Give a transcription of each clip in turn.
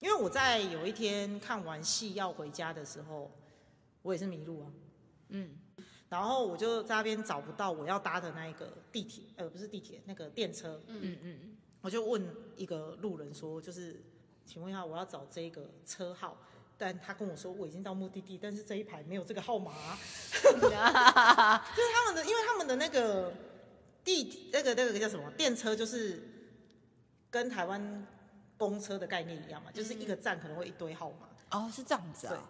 因为我在有一天看完戏要回家的时候，我也是迷路啊，嗯，然后我就在那边找不到我要搭的那一个地铁，呃，不是地铁，那个电车，嗯嗯我就问一个路人说，就是请问一下，我要找这个车号，但他跟我说我已经到目的地，但是这一排没有这个号码、啊嗯就是他们的，因为他们的那个地那个那个叫什么电车，就是跟台湾公车的概念一样嘛，就是一个站可能会一堆号码，哦，是这样子对啊，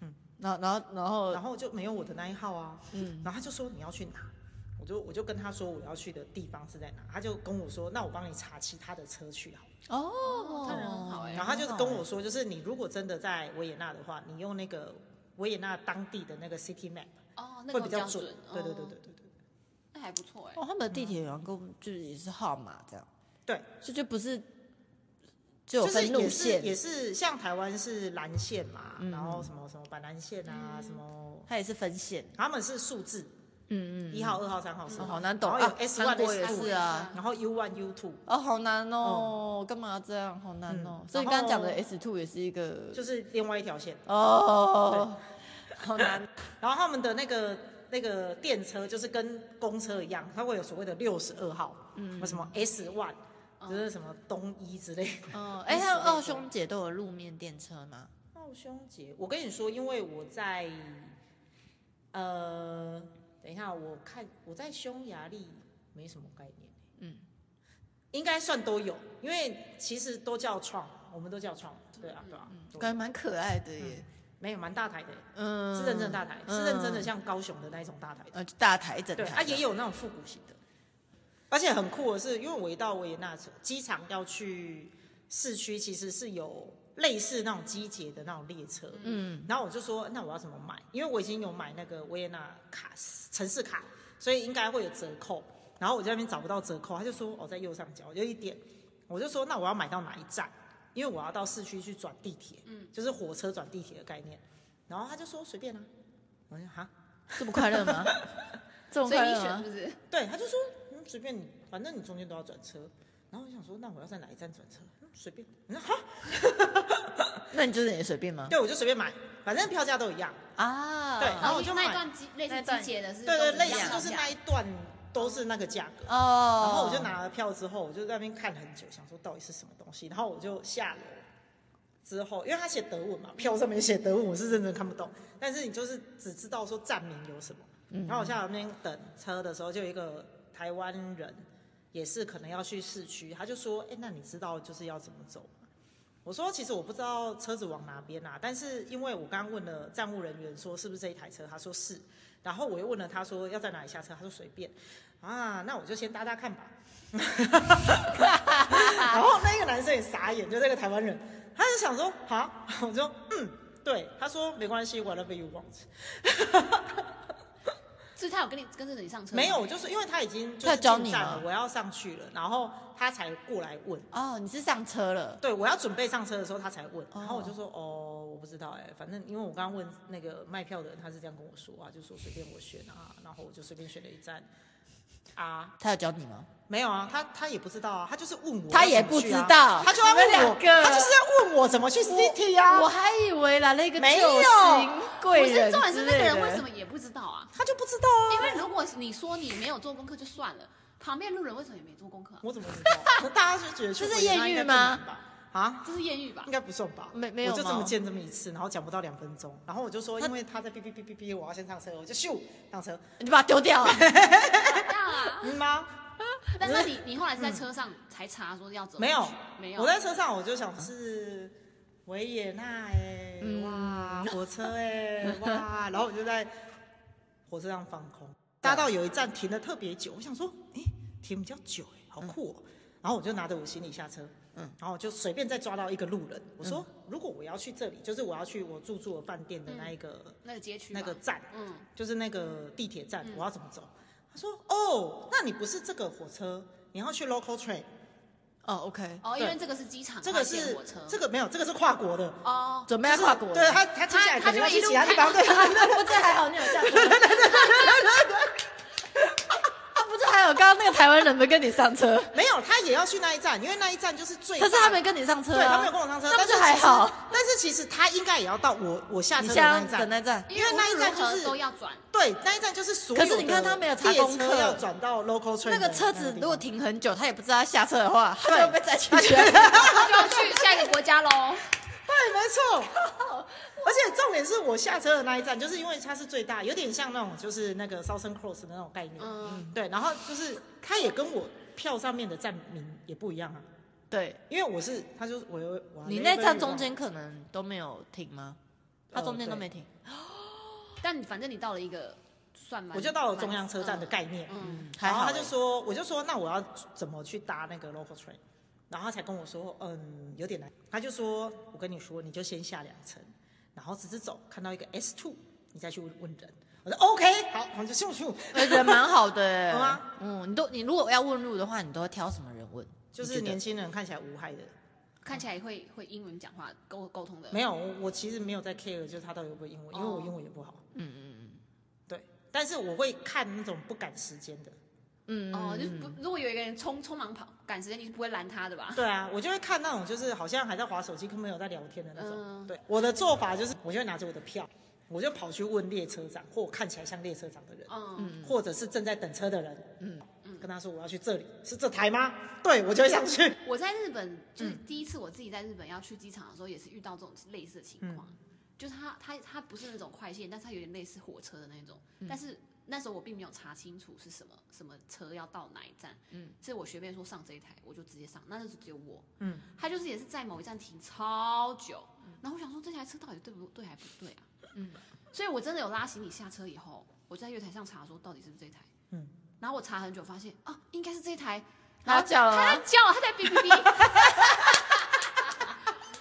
嗯，然后然后然后然后就没有我的那一号啊，嗯然后他就说你要去哪，我就我就跟他说我要去的地方是在哪，他就跟我说那我帮你查其他的车去好了，哦，他人很好哎欸然后他就是跟我说，就是你如果真的在维也纳的话，你用那个维也纳当地的那个 City Map 哦，那会个比比较较准，对对对对哦对对。那还不错哎。哦，他们的地铁员工就是也是号码这样，对，所以就不是就有就是分路也是线，也是像台湾是蓝线嘛，嗯然后什么什么板蓝线啊，什么它也是分线，他们是数字，嗯一号、二号、三号、四哦号，好难懂然后啊有 S 韩 one 国 S 也 two，是啊，然后 U one U two，哦，好难哦，干嘛这样？好难哦。嗯所以刚刚讲的然 S two 也是一个，就是另外一条线。哦，好难。然后他们的那个那个电车就是跟公车一样，它会有所谓的六十二号，嗯，什么 S one，就是哦什么东一之类的。嗯，哎，还有二兄姐都有路面电车吗？奥兄姐，我跟你说，因为我在呃，等一下，我看我在匈牙利没什么概念。嗯，应该算都有，因为其实都叫创，我们都叫创，对嗯啊，对啊，都有感觉蛮可爱的耶。没有蛮大台的，嗯，是认真的大台，嗯是认真的像高雄的那一种大台的，呃，就大台一整对，台。啊也有那种复古型的，而且很酷的是，因为我一到维也纳机场要去市区，其实是有类似那种机捷的那种列车，嗯，然后我就说那我要怎么买？因为我已经有买那个维也纳卡城市卡，所以应该会有折扣。然后我在那边找不到折扣，他就说哦在右上角，我就一点，我就说那我要买到哪一站？因为我要到市区去转地铁，嗯，就是火车转地铁的概念。然后他就说随便啊，我说哈， 这么快 乐吗？这么哎所以快你乐选是吗不？是？对，他就说嗯随便你，反正你中间都要转车。然后我想说那我要在哪一站转车？嗯随便，我说哈，那你就是也随便吗？对我就随便买，反正票价都一样。啊，对然后我就那一买段机类那似段机节的是对对，都类一样似的就是价那一段都是那个价格。哦，然后我就拿了票之后，我就在那边看很久，想说到底是什么东西。然后我就下楼之后，因为他写德文嘛，票上面写德文，我是认真看不懂。但是你就是只知道说站名有什么。然后我下楼那边等车的时候，就有一个台湾人，也是可能要去市区，他就说：“哎、那你知道就是要怎么走吗？”我说：“其实我不知道车子往哪边啊，但是因为我刚刚问了站务人员说是不是这一台车，他说是，然后我又问了他说要在哪里下车，他说随便。”啊，那我就先搭搭看吧。 然后那个男生也傻眼，就那个台湾人，他就想说，好，我就嗯，对，他说没关系，whatever you want。所以他有跟你跟着你上车吗？没有，就是因为他已经就他是有教进你站吗了，我要上去了，然后他才过来问。哦，你是上车了，对，我要准备上车的时候，他才问，然后我就哦说哦，我不知道哎、反正因为我刚刚问那个卖票的人，他是这样跟我说啊，就说随便我选啊，然后我就随便选了一站啊，他有教你吗？没有啊，他他也不知道啊，他就是问我，他也不知道啊他就要问你们我，两个他就是要问我怎么去 City 啊，我还以为来了一个没有救星不贵是人重点是之那个类人的为什么也不知道啊？他就不知道啊，因为如果你说你没有做功课就算了，旁边路人为什么也没做功课啊？我怎么知道？那大家就觉得去这是维也纳艳遇应该不吗难吧？啊，这是艳遇吧应？该不算吧？没没有我就这吗么见这么一次，然后讲不到两分钟，然后我就说，那因为他在哔哔哔哔哔，我要先上车，我就咻上车，你把它丢 掉啊？这样啊？嗯吗？但是你你后来是在车上才查说要走，嗯没有，没有，我在车上我就想是维也纳哎、嗯哇，火车哎、 哇，然后我就在火车上放空，搭到有一站停的特别久，我想说，哎、停比较久哎、好酷哦、嗯然后我就拿着我行李下车，嗯嗯，然后我就随便再抓到一个路人，嗯我说、如果我要去这里，就是我要去我住住的饭店的那一个、那个嗯街区吧那个站，嗯，就是那个地铁站，嗯我要怎么走？他说哦，那你不是这个火车，你要去 local train。哦，OK，哦，对因为这个是机啊场这个快线是火车，这个没有，这个是跨国的，哦，准备要跨国了，啊对他 他接下来可能要去其他地方，对， 啊不，这还好，你有下车。他不是还有有，刚刚那个台湾人没跟你上车， 没有，他也要去那一站，因为那一站就是最大。可是他没跟你上车、啊，对他没有跟我上车，那但不是就还其实好？。 但是其实他应该也要到我我下你车的下那一等站。那站，因为那一站就是因为无论如何都要 转，对，那一站就是所有可是你看的他没有查列功车课要转到 local train 那个的车个子地如果方停很久，他也不知道他下车的话，他就对会被载去了。他就要去下一个国家喽。对，没错。而且重点是我下车的那一站，就是因为它是最大，有点像那种就是那个 Southern Cross 的那种概念。嗯，对，然后就是它也跟我票上面的站名也不一样啊， 对因为我是，它就是我有我你 Never 那站 Leave 中 One 间可能都没有停吗？他中间都没停，但反正你到了一个算蛮，我就到了中央车站的概念。嗯，还然后好他欸。就说，我就说那我要怎么去搭那个 local train，然后他才跟我说，嗯，有点难。他就说，我跟你说，你就先下两层，然后直直走，看到一个 S two，你再去问问人。我说 OK，好，我就进去。哎人蛮好的、 欸，好吗嗯，你都你如果要问路的话，你都会挑什么人问？ 就是你觉年得轻人看起来无害的，看起来会会英文讲话沟沟通的，没有，我我其实没有在 care，就是他到底会不会英文，因为我哦英文也不好。嗯嗯对，但是我会看那种不赶时间的。嗯嗯哦，就是嗯不如果有一个人匆匆忙跑赶时间，你是不会拦他的吧？对啊，我就会看那种就是好像还在划手机，跟朋友在聊天的那种。嗯对，我的做法就是，我就会拿着我的票，我就跑去问列车长或看起来像列车长的人，嗯，或者是正在等车的人，嗯跟他说我要去这里，是这台吗？对，我就会上去。 我在日本就是嗯第一次我自己在日本要去机场的时候，也是遇到这种类似的情嗯况，就是他他他不是那种快线，但是他有点类似火车的那种，但是那时候我并没有查清楚是什么什么车要到哪一站，嗯嗯，所以我学妹说上这一台，我就直接上，那就是只有我，嗯嗯，他就是也是在某一站停超久，然后我想说这台车到底对不对还不对啊，嗯嗯， 所以我真的有拉行李下车以后，我就在月台上查说到底是不是这一台，嗯嗯，然后我查很久发现啊应该是这一台。他叫了吗他在叫，他在哔哔哔。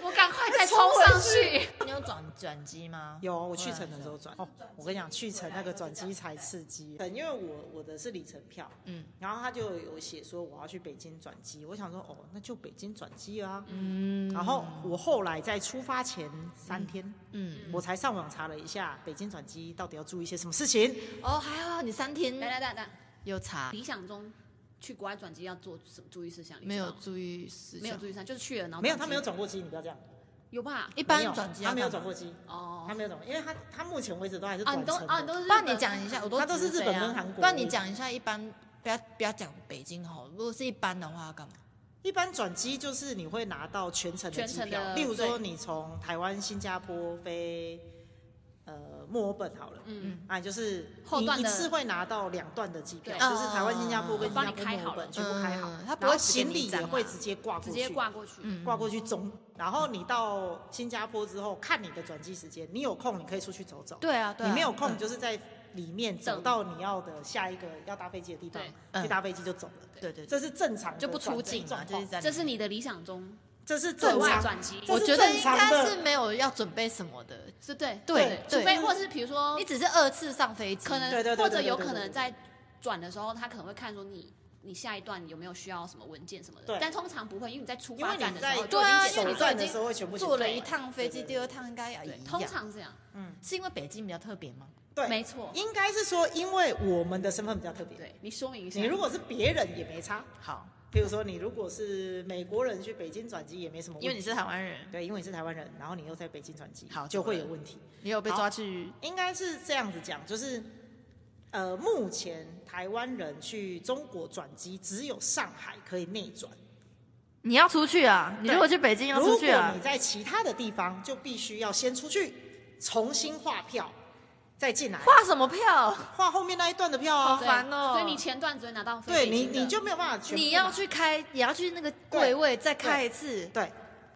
我赶快再冲上去。你有转转机吗？有，我去程的时候转。哦，我跟你讲，去程那个转机才刺激。因为我我的是里程票，嗯，然后他就有写说我要去北京转机，我想说哦，那就北京转机啊。嗯然后我后来在出发前三天，嗯，我才上网查了一下北京转机到底要注意些什么事情。哦，还好你三嗯等等天等等，有查，理想中去国外转机要做什么注意事项？你知没道有吗注意事项，没有注意事项，就是去了然后没有，转机他没有转过机，你不要这样。有吧？一没般有转机要他没有干转嘛过机，哦他没有转过，因为他他目前为止都还是啊，短你都程的。啊你都是不然你讲一下，我都他都是只日本这样跟韩国不然你讲一下一般，不要不要讲北京好了，如果是一般的话，要干嘛？一般转机就是你会拿到全程的全机程的票，例如说对你从台湾、新加坡飞呃墨尔本好了，嗯啊，就是后你段一的次会拿到两段的机票，对就是台湾、哦新加坡跟新加帮坡你开墨尔好了本全部开好，嗯他不会然后只给行你李一张也啊会直接挂过直去，接挂过去。嗯，挂过去中，然后你到新加坡之后，看你的转机时间，你有空你可以出去走走，对啊，对啊，你没有空嗯你就是在里面走等到你要的下一个要搭飞机的地方对，嗯去搭飞机就走了，对对对，这是正常的就不出转机境嘛，状啊就况是在这是你的理想中这是国正外常转机，这我是觉得正应常该的是没有要准备什么的，是对对对除非对，或是比如说你只是二次上飞机，可对对对能对或者对有对可对能对在转的时候，他可能会看说你你下一段有没有需要什么文件什么对的，但通常不会，因为你在出因发为站你的在时候对就已啊经因写手为你了都段已的经时候会全部坐写了出一来趟对飞机，对嗯第二趟应该要对，一通样。常是这样，是因为北京比较特别吗？对，没错，应该是说，因为我们的身份比较特别，对你说明一下，你如果是别人也没差，好，比如说你如果是美国人去北京转机也没什么问题，因为你是台湾人，对，因为你是台湾人，然后你又在北京转机，好就会怎有么了问题。你有被好抓去，应该是这样子讲，就是呃，目前台湾人去中国转机只有上海可以内转，你要出去啊！你对如果去北京要如出果去啊你！在其他的地方，就必须要先出去重新划票，再进来画什么票？划后面那一段的票好啊。对烦哦所以你前段只会拿到飞对北你，京的你就没有办法全部你要去开，也要去那个柜位再开一次。对，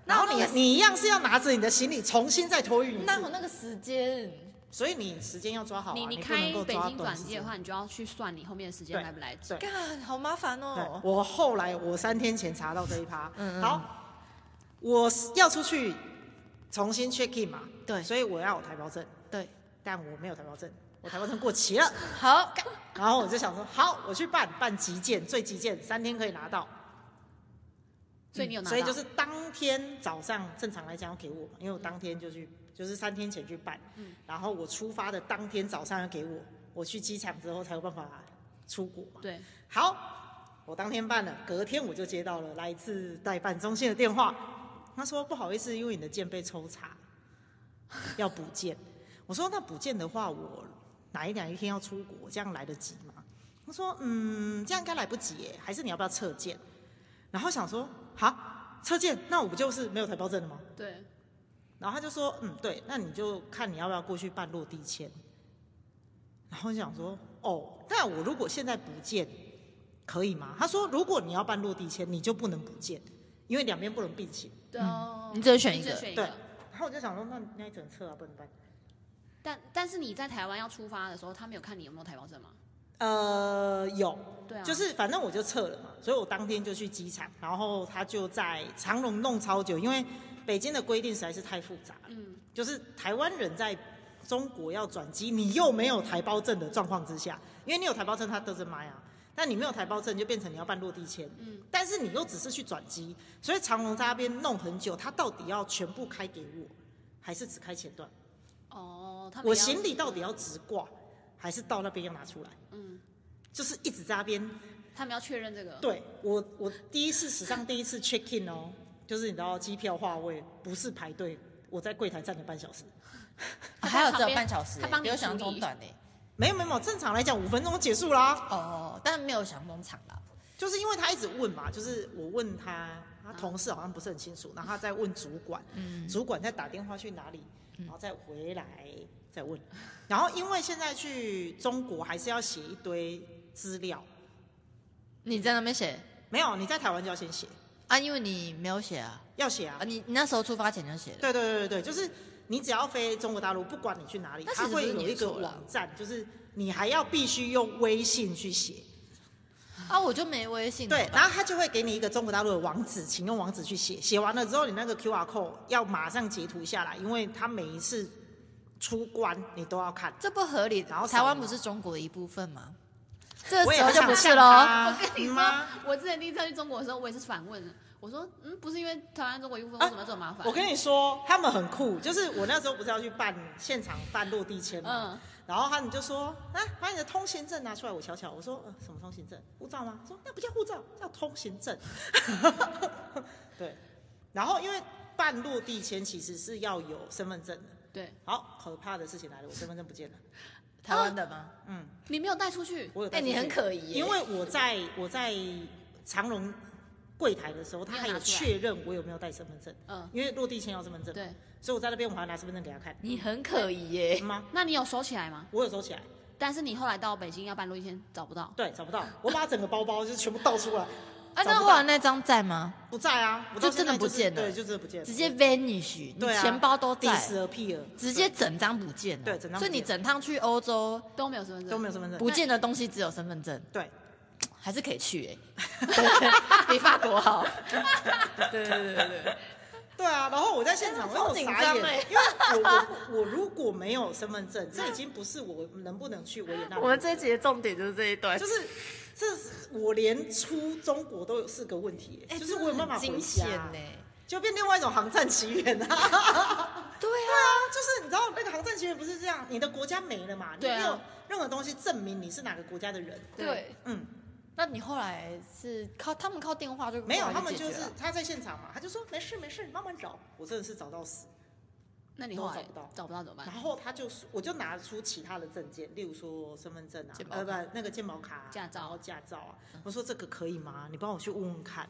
那然后你那个你一样是要拿着你的行李重新再托运一那我次，那个时间，所以你时间要抓好啊、你你不开能够北抓京短转时机的间。话，你就要去算你后面的时间对来不来得及。对干好麻烦对哦，。我后来我三天前查到这一趴，嗯嗯好，我是要出去重新 check in 嘛，对所以我要有台胞证，对，但我没有台胞证，我台胞证过期 了，好，然后我就想说，好，我去办办急件，最急件三天可以拿到，所以你有拿到，嗯所以就是当天早上正常来讲要给我嘛，因为我当天就嗯去，就是三天前去办，然后我出发的当天早上要给我，我去机场之后才有办法出国嘛。对，好，我当天办了，隔天我就接到了来自代办中心的电话，他说不好意思，因为你的件被抽查，要补件。我说那补件的话，我哪一哪一天要出国，这样来得及吗？他说嗯，这样应该来不及耶，还是你要不要撤件？然后想说好撤件，那我不就是没有台胞证了吗？对，然后他就说，嗯，对，那你就看你要不要过去办落地签。然后我想说，哦，那我如果现在不见，可以吗？他说，如果你要办落地签，你就不能不见，因为两边不能并行。对哦，你只能选一个选一嗯对个。，然后我就想说，那那一整册啊，不能办。但但是你在台湾要出发的时候，他没有看你有没有台胞证吗？呃，有，对啊，就是反正我就撤了嘛，所以我当天就去机场，然后他就在长隆弄超久，因为北京的规定实在是太复杂了。嗯，就是台湾人在中国要转机，你又没有台胞证的状况之下，因为你有台胞证，他得着买啊。但你没有台胞证，就变成你要办落地签。嗯，但是你又只是去转机，所以长龙在那边弄很久，他到底要全部开给我，还是只开前段？哦，他们我要行李到底要直挂，还是到那边要拿出来？嗯，就是一直在那边他们要确认这个，对我，我第一次史上第一次 check in 哦，就是你知道机票话位不是排队，我在柜台站了半小时。啊他还有在只有旁边半小时他欸，帮你比我想象处理中短嘞。没有没有没有，正常来讲五分钟就结束啦。哦，但没有想象中长啦。就是因为他一直问嘛，就是我问啊他，他同事好像不是很清楚，然后他再问主管，嗯，主管再打电话去哪里，然后再回来再问。然后因为现在去中国还是要写一堆资料，你在那边嗯写没有你在台湾就要先写，啊？因为你没有写啊，要写啊啊，。你你那时候出发前就写了。对对对对对，就是你只要飞中国大陆，不管你去哪里，那其它实会不有是你一个错啦网站，就是你还要必须用微信去写。啊，我就没微信。对，然后他就会给你一个中国大陆的网址，请用网址去写。写完了之后，你那个 QR code 要马上截图下来，因为他每一次出关你都要看。这不合理。然后扫台湾描不是中国的一部分吗？这我个也时候就不是喽。了。我跟你嗯说吗？，我之前第一次去中国的时候，我也是反问，我说，嗯，不是因为台湾中国一部分，啊为什么要这么麻烦？我跟你说，他们很酷，就是我那时候不是要去办现场办落地签吗？嗯，然后他们就说：“来、把你的通行证拿出来，我瞧瞧。”我说：“呃，什么通行证？护照吗？”说：“那不叫护照，叫通行 证。”对。然后因为办落地签其实是要有身份证的。对，好，可怕的事情来了，我身份证不见了。台湾的吗？嗯，你没有带出去，我有。哎，你很，可疑耶。因为我在我在长隆柜台的时候，他还你有有拿出来确认我有没有带身份证，嗯，因为落地签要身份证，，对，所以我在那边我还拿身份证给他看，你很可疑耶。吗？那你有收起来吗？我有收起来，但是你后来到北京要办录音签找不到，对，找不到，我把整个包包就是全部倒出来，啊，找那不后到来那张在吗？不在啊，我到就真的现在不是见了对，就真的不见了，直接 vanish，你对啊，钱包都在， disappear，直接整张不见了。对整张不见所以你整趟去欧洲都没有身份对证，都没有身份证，不见的东西只有身份证，对，还是可以去耶， 比法国好。 对对对对对，对啊，然后我在现场，哎我超有紧傻张眼，哎因为我我我如果没有身份证，这已经不是我能不能去维也纳的问题了。集的重点就是这一段就是这是我连出中国都有四个问题耶、哎，就是我有没有办法真的回很惊险欸家，呢。就变另外一种航站奇缘啊！ 对啊，就是你知道那个航站奇缘不是这样，你的国家没了嘛，你对啊没有任何东西证明你是哪个国家的人。对。嗯，那你后来是靠他们靠电话就没有，后来他们解就决是了他在现场嘛，他就说没事没事，你慢慢找。我真的是找到死，那你后来都找不到找不到怎么然办？后他就说我就拿出其他的证件，例如说身份证啊健，保呃不卡那个健保卡啊、驾照然后驾照啊，我说这个可以吗？你帮我去问问看。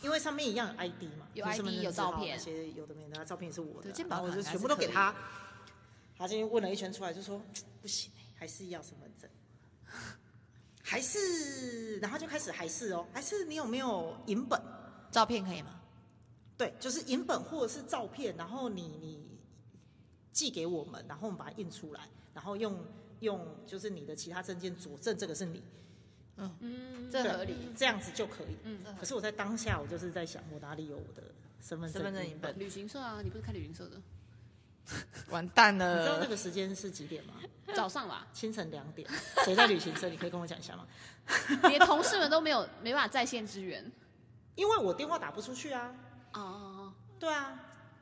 因为上面一样有 ID 嘛，有就是 ID 身份证有字号照片那些有的没的，照片也是我的对啊，健保然后我卡就应该全是部都可给以他。他今天问了一圈出来，就说不行、欸还是要身份证， 还是，然后就开始还是哦，还是你有没有银本？照片可以吗？对，就是影本或者是照片，然后你你寄给我们，然后我们把它印出来，然后用用就是你的其他证件佐证这个是你，嗯，这对合理。这样子就可以。嗯，可是我在当下，我就是在想，我哪里有我的身份证？身份证影本。旅行社啊，你不是开旅行 社的？完蛋你知道那了。个时间是几点吗？早上吧，清晨两点。谁在旅行社？你可以跟我讲一下吗？你的同事们都没有没办法在线支援。因为我电话打不出去啊。哦，对啊，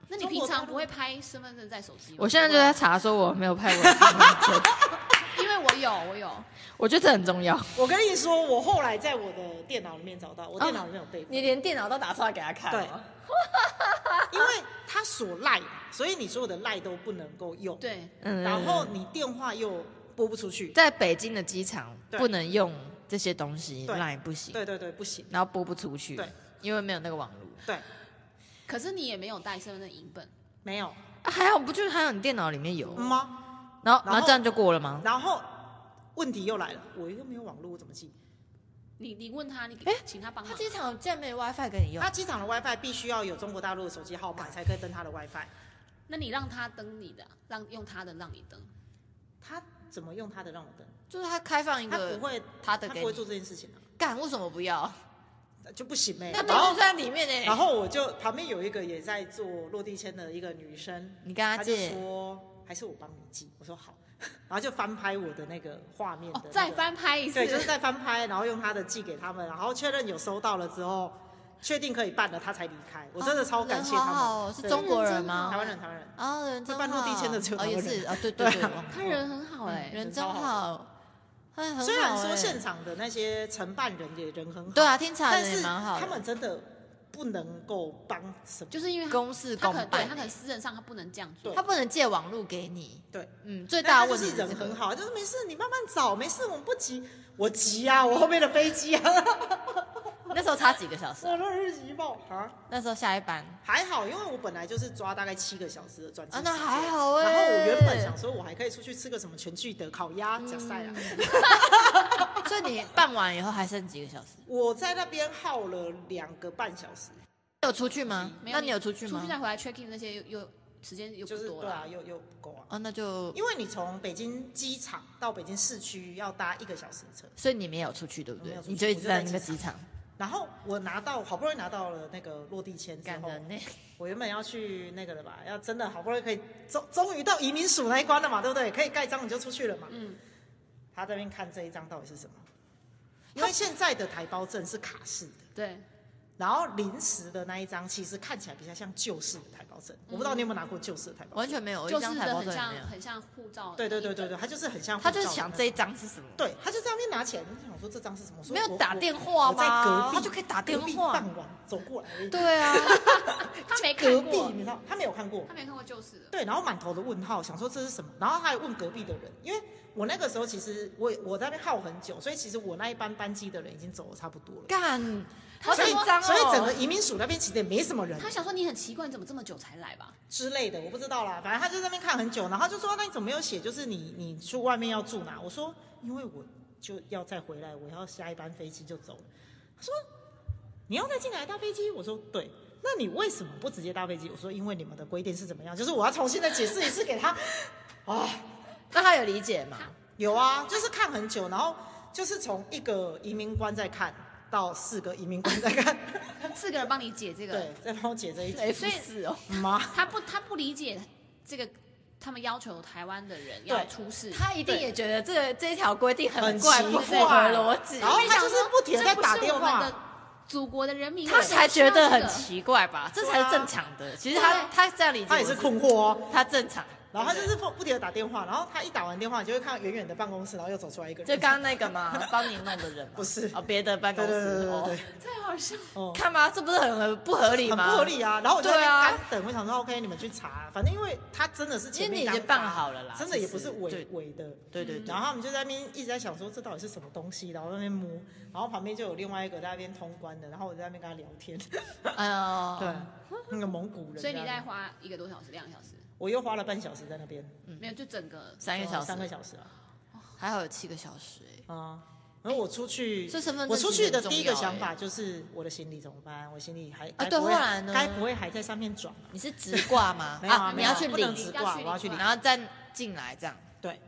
那你中国平大常陆不会拍身份证在手机吗？我现在就在查，说我没有拍我的身 份证， 因为我有，我有，我觉得这很重要。我跟你说，我后来在我的电脑里面找到，我电脑里面有备份，你连电脑都打出来给他看哦对吗？因为它锁赖嘛，所以你所有的赖都不能够用。，对，嗯然后你电话又拨不出去。在北京的机场对不能用这些东西对，Line 不行，对对对，不行。然后播不出去对，因为没有那个网络。对，可是你也没有带身份证影本，没有啊还好不就是还有你电脑里面有，嗯吗？然后然然后后这样就过了吗？然后问题又来了，我又没有网络，我怎么记？你你问他，你哎请他帮他忙。机场竟然没有 WiFi 给你用他，机场的 WiFi 必须要有中国大陆的手机号码才可以登他的 WiFi。那你让他登你的啊，让用他的让你登。他怎么用他的让我登？就是他开放一他不个，会，他的他给不会你做这件事情啊，干，为什么不要？就不行呗、那然都后是在里面然呢。后我就旁边有一个也在做落地签的一个女生，你跟他她就借，说还是我帮你记，我说好， 然后就翻拍我的那个画面的、哦，再，翻拍一次对，，就是再翻拍，然后用她的寄给他们，然后确认有收到了之后，确定可以办了，她才离开。我真的超感谢他们，哦人好好哦是对中国人好台吗？湾人，台湾人，哦，人真会办落地好签的只有哦，台也湾人是哦，对对对对，啊他人很好哎、人人真超好好，哎，很虽然好说哎现场的那些承办人也人很好，对啊，听起来但人也是蛮好的，他们真的不能够帮什么。就是因为他公事他公可能对他办可，能私人上他不能这样做对，他不能借网络给你。对，嗯，最最大的问题是是这人很个。好，就是没事，你慢慢找，没事，我们不急。我急啊，我后面的飞机 啊， 那时候差几个小时啊？我那日急报啊。那时候下一班还好，因为我本来就是抓大概七个小时的转机啊时，间、那还好哎。然后我原本想说，我还可以出去吃个什么全聚德烤鸭、假赛啊。嗯想，所以你办完以后还剩几个小时？我在那边耗了两个半小时，有出去吗？没有那你有出去出吗去？再回来 check in 那些又又时间又就不是多对了。啊，又又不够啊。哦，那就因为你从北京机场到北京市区要搭一个小时的车，所以你没有出去，对不我没对有？出去你就一直在那个机场，然后我拿到好不容易拿到了那个落地签之感后，人呢。我原本要去那个了吧，要真的好不容易可以终终于到移民署那一关了嘛，对不对？可以盖章你就出去了嘛。嗯，他这边看这一张到底是什么？因为现在的台胞证是卡式的，对，然后临时的那一张其实看起来比较像旧式的台胞证。我不知道你有没有拿过旧式的台胞完证？全没有，嗯我就一是张台胞很证也像没有。很像护照。对对对对对，，他就是很像护他照的就那是种。想这一张是什么？对，他就在那边拿起来，就想说这张是什么？我说没有我打电话我在吗？隔壁，他就可以打电隔壁话。傍晚走过来而已，对啊，他没看隔壁过你，知道他没有看过他，没看过就是了。对，然后满头的问号，想说这是什么，然后他还问隔壁的人，因为我那个时候其实我我在那边耗很久，所以其实我那一班班机的人已经走了差不多了，干， 好所以紧张哦。所以整个移民署那边其实也没什么人他想说你很奇怪，你怎么这么久才来吧？之类的，我不知道啦，反正他就在那边看很久，然后就说那你怎么没有写，就是你你去外面要住哪？我说因为我就要再回来，我要下一班飞机就走了。他说你要再进来搭飞机？我说对。那你为什么不直接搭飞机？我说因为你们的规定是怎么样，就是我要重新的解释一次给他。啊、那他有理解吗？有啊，就是看很久，然后就是从一个移民官在看到四个移民官在 看，四个人帮你解这个，对，再帮我解这一题。 F 所以四哦，妈，他不他不理解这个，他们要求台湾的人要出示。他一定对也觉得这这条规定很怪，奇不符合怪逻辑然。后没想他就是说不停地在打电话。这不是我们的祖国的人民，他才觉得很奇。奇怪吧？这对才啊是正常的。其实他对他这样理解，他也是，困惑哦。他正常。然后他就是不不停的打电话，然后他一打完电话，你就会看到远远的办公室，然后又走出来一个就人。刚刚那个嘛，帮你弄的人嘛不是哦，别的办公对对对室对哦对，，太好笑。哦，看吧，这不是很合不合很理不吗？合，理啊。然后我就在对啊那边干等，我想说 OK，你们去查，反正因为他真的是前面因为你已经刚办好了啦真的也其实不是对伪伪的。对对对然。后他们就在那边一直在想说这到底是什么东西，然后在那边摸，然后旁边就有另外一个在那边通关的，然后我在那边跟他聊天，哎呦，嗯对，那个蒙古人。啊所以你再，花一个多小时、两个小时，我又花了半小时在那边，没有就整个三个小时，三个小时啊还好有七个小时哎。啊。然后我出去，所以身份证我出去的其实很重要第一个欸想法就是我的行李怎么办？我行李还啊该不会对后来呢该不会还在上面转吧？？你是直挂吗 没有啊你没有要啊去不能领，啊直要挂，去我领要去领挂。然后再进来这样，对，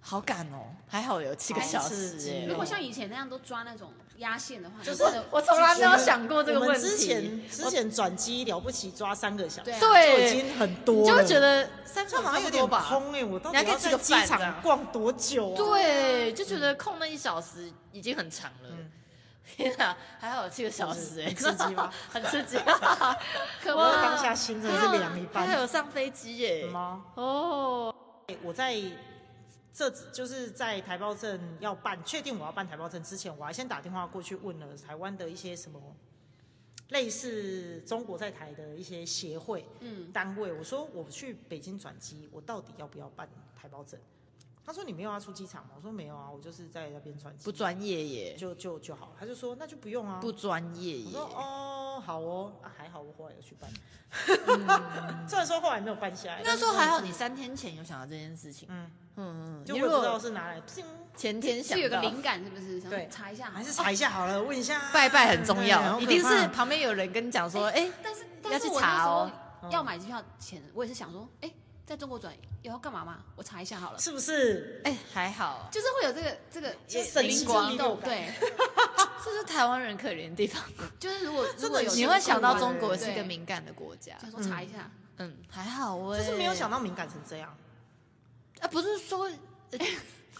好赶哦。还好有七个好小刺时激哎。哦如果像以前那样都抓那种压线的话，就是或者我从来没有想过这个我问们题。之前之前转机了不起抓三个小时对，啊就对已经很多了，你就会觉得三这好像有点吧？空哎，我到你还底可以要吃在个机饭这场样逛多久啊？对，就觉得空那一小时已经很长了。嗯天啊，还好有七个小时哎、很刺激吧？ 很 刺激、啊，可我哇当下心真的是凉一还好半。有上飞机耶、吗？哎哦，我在这就是在台胞证要办，确定我要办台胞证之前，我还先打电话过去问了台湾的一些什么类似中国在台的一些协会嗯，单位，我说我去北京转机，我到底要不要办台胞证？他说你没有要出机场吗？我说没有啊，我就是在那边转机，不专业耶，就就就好。他就说那就不用啊，不专业我耶说，哦，好哦，啊还好我后来有去办，嗯虽然说后来没有办下来，应该说但是还好你三天前有想到这件事情，嗯，嗯嗯，就你我如也不知道果是拿来，叮前天想是有个到灵感是不是？想对查一下好了，还是查一下好了，问一下拜拜很重对嗯好要，可一定怕是旁边有人跟你讲说，哎、但是要但是去我那查时哦候要买机票前，我也是想说，哎、在中国转也要干嘛嘛？我查一下好了，是不是？哎、还好，就是会有这个这个就神灵奇光之一力有动，感对，这是台湾人可怜的 地方，就是如 果的如果有很这你个会想到顾啊中虑国对是一个敏感的国家，想说查一下，嗯，还好我就是没有想到敏感成这样。啊，不是 说，呃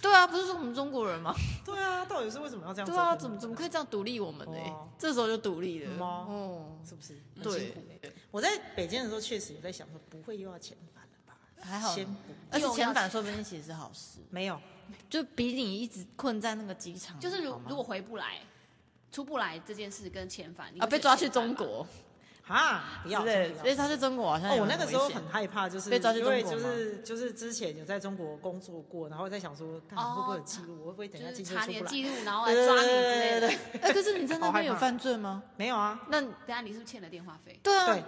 对啊，不是说我们中国人吗？对啊，到底是为什么要这样做这对个啊，呢？怎么怎么可以这样独立我们呢、哦这时候就独立了，嗯哦哦，是不是？很辛对苦，欸我在北京的时候确实有在想说，不会又要遣返了吧？还好先，而且又要遣返说不定其实是好事，没有，就比你一直困在那个机嗯场好吗，就是如如果回不来。出不来这件事跟遣返，你啊会被选抓遣去返中吗，国啊，不之要，类真的，的不被要抓去中国好像哦，有我那点个时候危险很害怕，就是被抓去因为中就国吗是就是之前有在中国工作过，然后在想说，看哦会不会有记录，我会不会等一下就是进去查出你不的来？记录，然后来对对抓你对之对类的对。对 哎、可是你在那好害边有怕犯罪吗？没有啊，那等下你是不是欠了电话 费？对啊，对，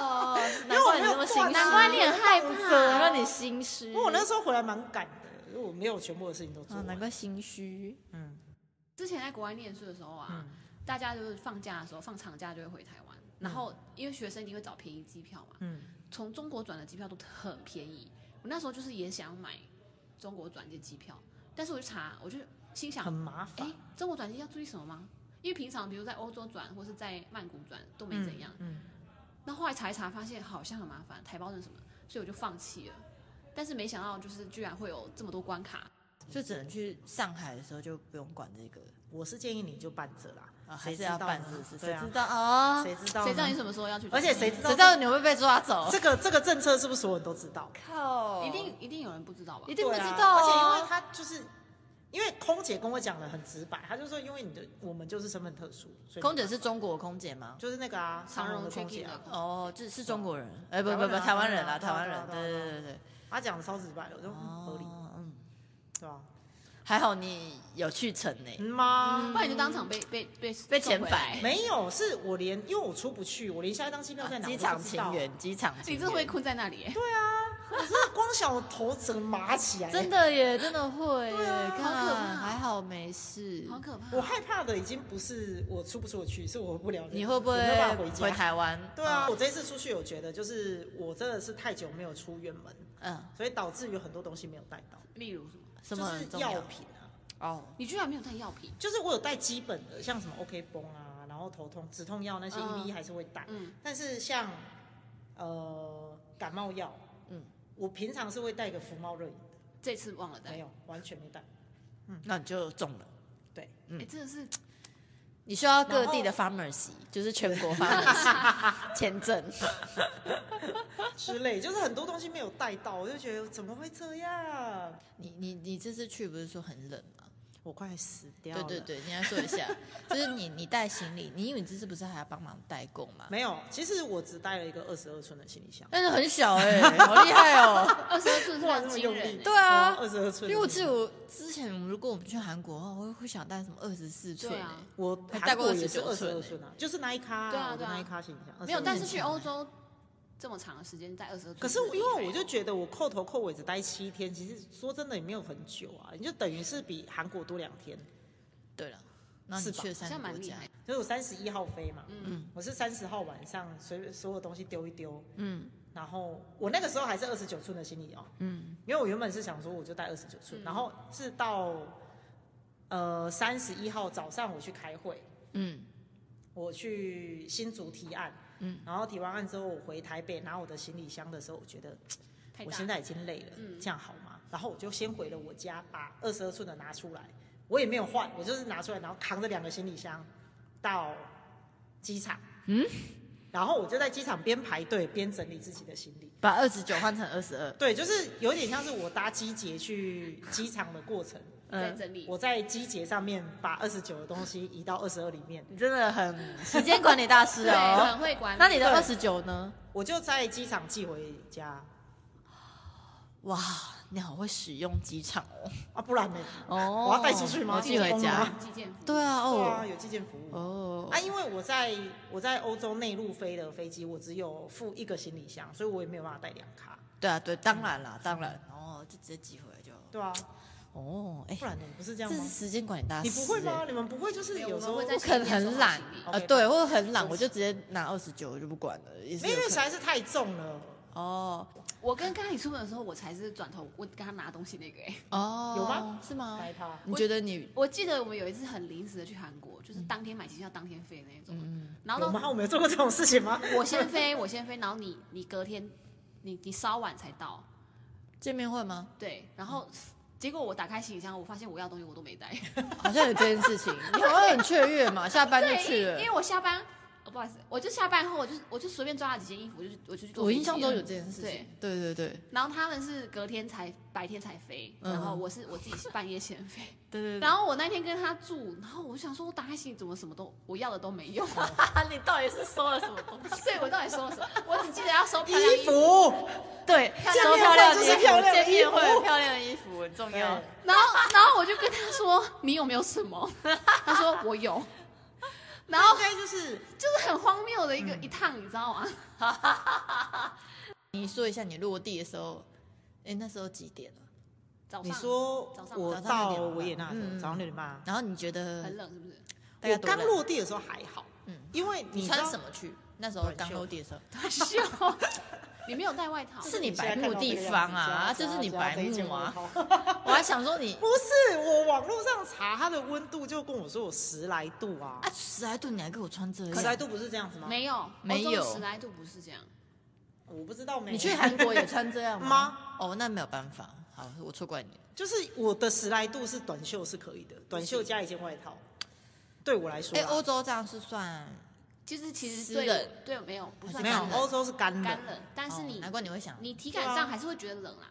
哦，难怪你那么心因为我没有挂虚，难怪你很害怕难怪你心虚。啊不过我那时候回来蛮赶的，因为我没有全部的事情都做嗯啊，难完。怪心虚。嗯之前在国外念书的时候啊，嗯大家就是放假的时候，放长假就会回台湾，然后因为学生一定会找便宜机票嘛，嗯，从中国转的机票都很便宜。我那时候就是也想买中国转的机票，但是我就查，我就心想很，麻哎烦。，中国转机要注意什么吗？因为平常比如在欧洲转或是在曼谷转都没怎样，嗯，那后来查一查，发现好像很麻烦，台胞证什么的，所以我就放弃了。但是没想到，就是居然会有这么多关卡，就只能去上海的时候就不用管这个了我是建议你就办着啦，啊，还谁是知要道办呢是不是？对谁啊知，道啊？谁知道呢？谁知道你什么时候要去？而且谁知谁道知道你会被抓走？这个这个政策是不是所有人都知道？靠一定一定有人不知道吧一？定不对知啊道而且因为啊！他就是因为空姐跟我讲的很直白，她就说因为你的我们就是身份特殊，所以空姐是中国空姐吗？就是那个啊，长荣荣的空 check-in 姐啊的，哦，这是中国人，哎，不台不湾不，人啊台湾人啦，对台啊湾对啊人，对啊对对啊对对对，她讲的超直白的，我就嗯合理，哦，嗯，对吧？还好你有去成呢，嗯吗不？然你就当场被被被被送遣回返来，没有，是我连因为我出不去，我连下一张机票在啊哪机我都场不知道情，缘，机场情你缘，真的会困在那里耶，我真的光想我头整个麻起来，真。的耶，真的会耶，对啊看好可怕还好没事。好可怕！欸我害怕的已经不是我出不出得去，是我回不了。你会不我会没有办法回家？回台湾？嗯对啊，我这次出去有觉得，就是我真的是太久没有出远门，嗯，所以导致有很多东西没有带到，例如什么？什么很就是重要药？品啊，哦，你居然没有带药品？就是我有带基本的，像什么 OK 绷啊，然后头痛止痛药那些嗯 EV 还是会带，嗯，但是像呃感冒药，嗯，我平常是会带个福猫热饮的，这次忘了带。没有，完全没带。那你就中了。对，嗯哎，真的是你需要各地的 pharmacy，就是全国 pharmacy 签证。之类，就是很多东西没有带到，我就觉得怎么会这样？你你你这次去不是说很冷吗？我快死掉对对，对，你来说一下，就是你你带行李，你因为你这次不是还要帮忙代购吗？没有，其实我只带了一个二十二寸的行李箱，但是很小哎、好厉害 哦！二十二寸是哇，很这么惊用人欸力，耶。对啊二十二寸的行李箱，因为我记得我之前，如果我们去韩国的话，我会想带什么二十四寸对哎啊，我还韩带过国也是29二十寸二欸寸啊，就是那一咖、对啊我的对啊那一咖行李箱，没有，但是22寸去欧洲这么长的时间带二十二寸，可是我因为我就觉得我扣头扣尾只待七天，其实说真的也没有很久啊，你就等于是比韩国多两天。对了，然后你是吧去了好三像个蛮国厉家，害的。所以我三十一号飞嘛，嗯，我是三十号晚上随便所有东西丢一丢，嗯然后我那个时候还是二十九寸的行李哦，嗯，因为我原本是想说我就带二十九寸，嗯然后是到呃三十一号早上我去开会，嗯，我去新竹提案，嗯，然后提完案之后我回台北拿我的行李箱的时候，我觉得哎太我大现在已经累了，嗯这样好吗？然后我就先回了我家，把二十二寸的拿出来，我也没有换，我就是拿出来，然后扛着两个行李箱到机场。嗯，然后我就在机场边排队边整理自己的行李。把二十九换成二十二，对，就是有点像是我搭机捷去机场的过程，在嗯，整理。我在机捷上面把二十九的东西移到二十二里面，你真的很 时间管理大师对，哦。很会管理。那你的对二十九呢？我就在机场寄回家哇，你好会使用机场哦。啊，不然呢？哦我要带出去吗我寄回寄家回。寄件服务对对啊，啊，哦，有寄件服务。哦啊，，因为我在我在欧洲内陆飞的飞机，我只有付一个行李箱，所以我也没有办法带两卡。对啊，对，当然啦，当然，哦，就直接寄回来就，对啊，哦，哎不，然呢？不是这样这是吗？时间管理大师，你不会吗哎？？你们不会就是欸没有有时候我们会我在可能很懒行李箱啊，收对，或者很懒，收我就直接拿二十九，我就不管了，也是没有，有因为实可在能是太重了。哦我跟刚才你出门的时候，我才是转头我跟他拿东西那个、欸。哦，有吗？是吗？哪一趴？你觉得你我记得我们有一次很临时的去韩国，就是当天买机票当天飞的那种。嗯然有后吗呢，？我没有做过这种事情 吗？我先飞，我先飞，然后你你隔天你你稍晚才到，见面会吗？对，然后。结果我打开行李箱，我发现我要的东西我都没带。好像有这件事情， 你好像很雀跃嘛，下班就 对，去因了为因。为我下班，哦不好意思，我就下班后，我就我就随便抓了几件衣服，我就去我就去做。我印象中有这件事情对，对对对然后他们是隔天才白天才飞，嗯然后我是我自己是半夜先飞。 对对对。然后我那天跟他住，然后我想说，我打开行李怎么什么都我要的都没有，你到底是收了什么东西？ 所以我到底收了什么？我只记得要收漂亮衣衣服，服，对，见收面漂会亮的就衣是服，漂亮的见面衣会服漂亮的衣服很重要。然后然后我就跟他说，你有没有什么？ 他说我有，然后应该就是就是很荒谬的一嗯个、一趟，你知道吗？你说一下你落地的时候，哎，那时候几点了？早上你说早上我早上六到点半维也纳的时候嗯早上六点半，然后你觉得很冷是不是？大概我多冷刚落地的时候还好，嗯因为你知穿道什么去？那时候刚落地的时候，太秀， 你没有带外套，是你白目的地方啊，这是你白目啊！ 我还想说你不是，我网络上查它的温度就跟我说有十来度啊啊，，十来度你还给我穿这十来样？度不是这样子吗？，没有没有十来度不是这样，我不知道没。你去韩国也穿这样吗吗？哦，那没有办法，好，我错怪你了。 就是我的十来度是短袖是可以的，短袖加一件外套，对我来说啊哎，啦，欧洲这样是算就是其实湿对冷我对没有不算没干有冷欧洲是干冷，干冷，但是哦你难怪你会想，你体感上还是会觉得冷啦。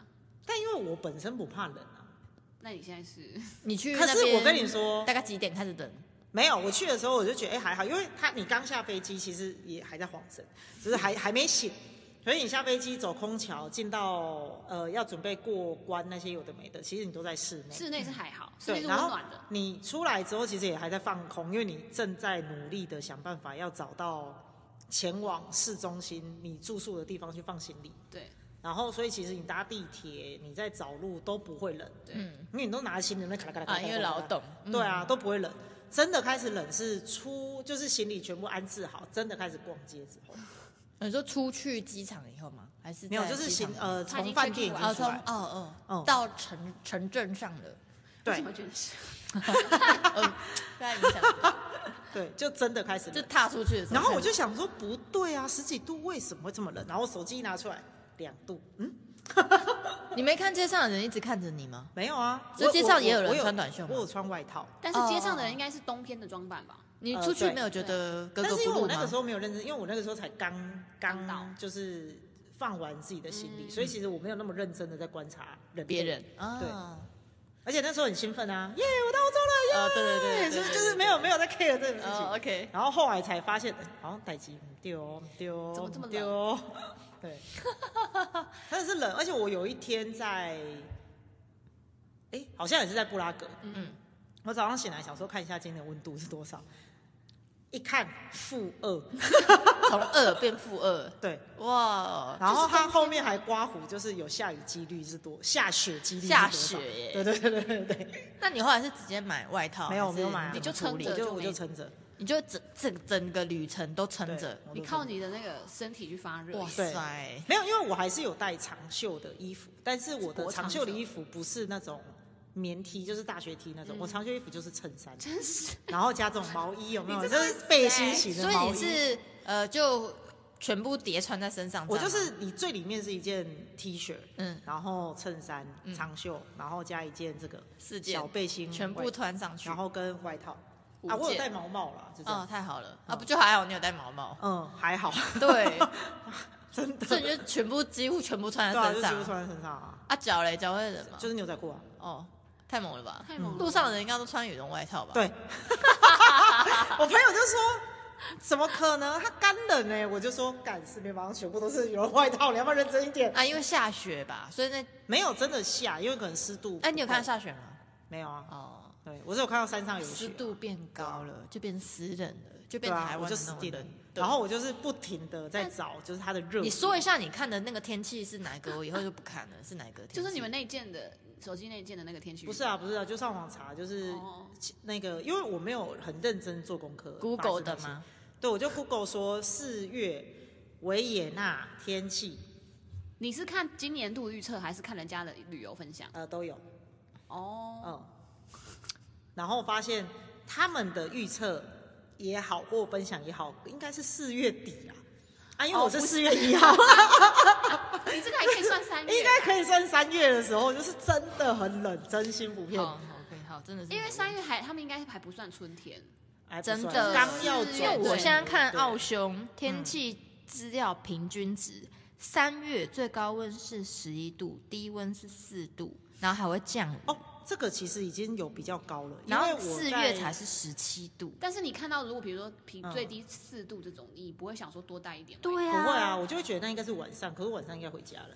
但因为我本身不怕冷啊。那你现在是你去可那是边我跟你说，大概几点开始冷？没有，我去的时候我就觉得哎、还好，因为他你刚下飞机其实也还在晃神，只是还还没醒。所以你下飞机走空桥进到呃要准备过关那些有的没的，其实你都在室内。室内是还好，室内对，是然后温暖的，你出来之后，其实也还在放空，因为你正在努力的想办法要找到前往市中心你住宿的地方去放行李。对然后，所以其实你搭地铁、你在找路都不会冷，对。嗯因为你都拿着行李那咔啦咔啦咔啊，啦咔啦咔啦。因为劳动，嗯对啊，都不会冷。真的开始冷是出，就是行李全部安置好，真的开始逛街之后，呃你说出去机场以后吗？还是没有，在就是机行场呃，他已从经饭进店已出经来哦，出从来了，哦哦嗯到城城镇上了，为对什么觉得是？呃， 被他影响，对， 就真的开始就冷。踏出去的时候。然后我就想说，不对啊，十几度为什么会这么冷？然后手机一拿出来，两度，嗯，你没看街上的人一直看着你吗？没有啊。所以我街上我也有我人我穿短袖吗我有穿外套，但是街上的人应该是冬天的装扮吧？你呃出去对没有觉得格但格是不因为入我那吗个时？候没有认真，因为我那个时候才刚刚到刚就是放完自己的行李，嗯所以其实我没有那么认真的在观察人别类人，啊，而且那时候很兴奋啊，耶，我到欧洲了，呃，对对对哦对，对就对，是对就是没有没有在 care 这种事情哦。，OK，然后后来才发现，哎好像待机丢哦丢哦，怎么这么冷丢哦？ 对，真的是冷，而且我有一天在，哎，好像也是在布拉格，嗯，我早上醒来想说看一下今天的温度是多少，一看负 二，从二变负二， 对，哇，哦然后它后面还刮胡，就是有下雨几率是多，下雪几率是多下少雪耶对对对对对对，那你后来是直接买外套？没有还是没有买啊怎么你就处撑理着我就我就没就撑着，你就整整整个旅程哦都撑对着，我就撑你靠着你的那个身体去发热哇，塞，没有，因为我还是有带长袖的衣服，但是我的国长长袖袖的衣服不是那种棉 T，就是大学 T 那嗯种，我长袖衣服就是衬 衫，真是然后加这种毛衣，有没有？你就真的是是背心型的所以毛衣。你是呃就全部叠穿在身上。我这就样吗是你最里面是一件 T 恤，嗯，然后衬衫、长袖，然后加一件这个四件小背心，嗯全部外穿上去，然后跟外套。五啊，我有件戴毛帽啦，就这哦，样。太好了啊！嗯？不就还好你有戴毛毛 嗯，还好，对，真的。 所以你就全部几乎全部穿对在啊，身就几乎上。穿在身上啊，啊，脚嘞，脚会冷吗就？是牛仔裤啊。哦，太猛了吧！太猛了。路上的人应该都穿羽绒外套吧？对，我朋友就说。怎么可能？他干冷呢、我就说，干市面马上全部都是羽绒外套，你要不要认真一点？啊，因为下雪吧，所以那没有真的下，因为可能湿度。哎，你有看到？下雪吗？没有啊，哦，对我是有看到山上有雪湿啊、度变高了，就变湿冷了，对就变啊，台我湾就的死那定种了冷。。然后我就是不停的在找，就是它的热度。你说一下你看的那个天气是哪个，我以后就不看了，是哪个天气？就是你们那件的手机那件的那个天气预不报是啊，不是啊，就上网查，就是哦那个，因为我没有很认真做功课。 Google 的发生那些吗？对，我就 Google 说四月维也纳天气，你是看今年度预测还是看人家的旅游分享？呃，都有，哦，嗯。然后发现他们的预测也好，或分享也好，应该是四月底啊，啊，因为哦我是不四月一 号，你这个还可以算三月，啊应该可以算三月的时候，就是真的很冷，真心不骗好你。好，OK，好，真的是因为三三月还他们应该还不算春天，哎不真算的刚要是转，因为我对现在看对奥匈天气资料平均值，三月最高温是十一度，低温是四度，然后还会降雨，哦，这个其实已经有比较高了，因然为后我四在月才是十七度。但是你看到如果比如说平嗯最低四度这种，你不会想说多带一点吗？对不啊，会啊，，我就会觉得那应该是晚上，可是晚上应该回家了。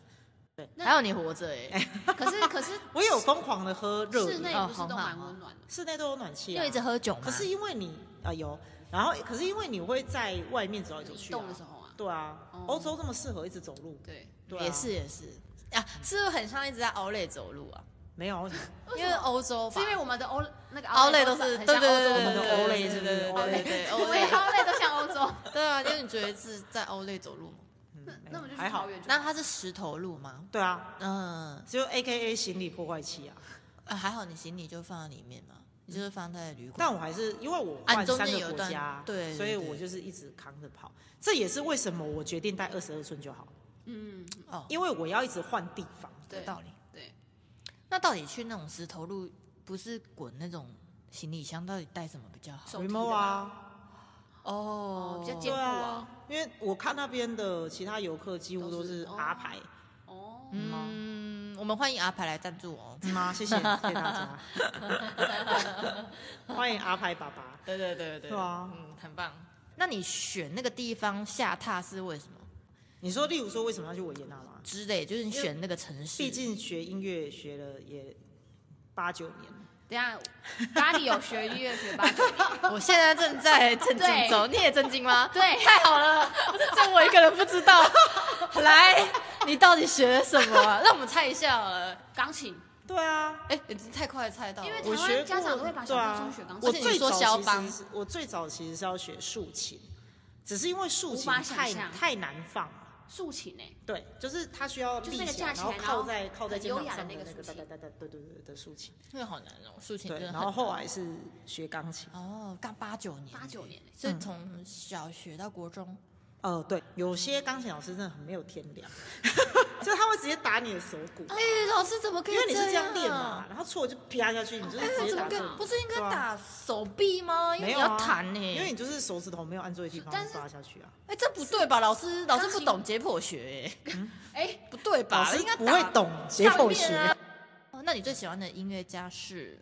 还有你活着哎，可是可是我有疯狂的喝热室饮，啊内哦不是好都好蛮好温暖的？室内都有暖气、你啊，有一直喝酒吗？可是因为你啊、有，然后可是因为你会在外面走来走移去、啊，动的时候哦啊，对啊哦，欧洲这么适合一直走路，对，对、啊，也是也是啊，是不是很像一直在熬累走路啊？没有，因为欧洲吧是因为我们的欧那个奥类类都是很对像对欧洲对我对们的的对欧对类对是不对是对欧类对对 欧欧类类，欧类都像欧洲， 对啊，因为你觉得是在欧类走路吗，嗯 那没有那我们就去还好桃，园就那好。它是石头路吗？对啊，嗯，只有 A K A 行李破坏器啊，啊还好你行李就放在里面嘛，你就是放在旅馆。但我还是因为我啊换你中三间个有一国段家啊，对对所以对我就是一直扛着跑，这也是为什么我决定带二十二寸就好，嗯，哦，因为我要一直换地方。有对道理。对，那到底去那种石头路，不是滚那种行李箱，到底带什么比较好？手提的 remote 吧，啊，哦哦比较对简啊，因为我看那边的其他游客几乎都是都是 R 牌，哦，嗯，我们欢迎阿牌来赞助哦。嗯啊，谢谢，谢谢大家，欢迎 R 牌爸爸。对对对对对啊嗯，很棒。那你选那个地方下榻是为什么？你说，例如说，为什么要去维也纳吗？之类，就是你选那个城市。毕竟学音乐学了也八九年，等一下，咖喱有学音乐 学吧？我现在正 在震惊中，你也震惊吗？对太好了，这我一个人不知 道。来，你到底学了 什么啊？让我们猜一下好了。钢琴，对啊，哎、你太快猜到了，因为我台湾学家过长都会把小对啊朋友送学钢我琴而且你最说早其肖实邦是我最早其实是要学竖琴，只是因为竖无琴法想太象太难放了。竖琴欸诶，对，就是它需要就立是那个起来，架起然后来然靠后在靠在很肩优膀雅的上那个个哒竖哒琴哒哒对对对的竖琴。那个好难哦，竖琴对，真的然很后后难来是学钢琴。哦，刚八九年，嗯八九年欸所以从小学到国中，呃，对，有些钢琴老师真的很没有天良， 就他会直接打你的手骨，哎、老师怎么可以因为你是这样练啊嘛，？然后错就啪下去，你就是哎、直接怎打手么跟骨。不是应该对啊打手臂吗？因没为你有要啊弹呢、因为你就是手指头没有按对地方但是发下去啊，哎、这不对吧？老师，老师钢不琴懂解剖学、哎哎，不对吧？老师应该不打会懂解上剖面学。啊。哦那你最喜欢的音乐家是？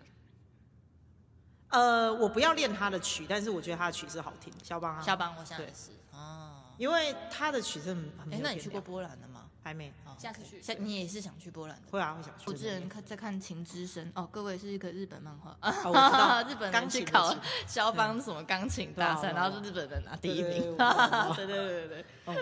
呃，我不要练他的曲，但是我觉得他的曲是好听，肖邦啊，肖邦，我想对也是哦。因为他的曲是很很没有哎，嗯那你天去过良波兰了吗？还没？哦下次去下你也是想去波兰的。会啊，会想去。我之前看在看《情之声》哦，各位是一个日本漫画，哦我知道 日本人钢去琴考的琴肖邦什么钢琴大对啊对赛，啊然后是日本人拿第一名，对对 对对对对对，嗯，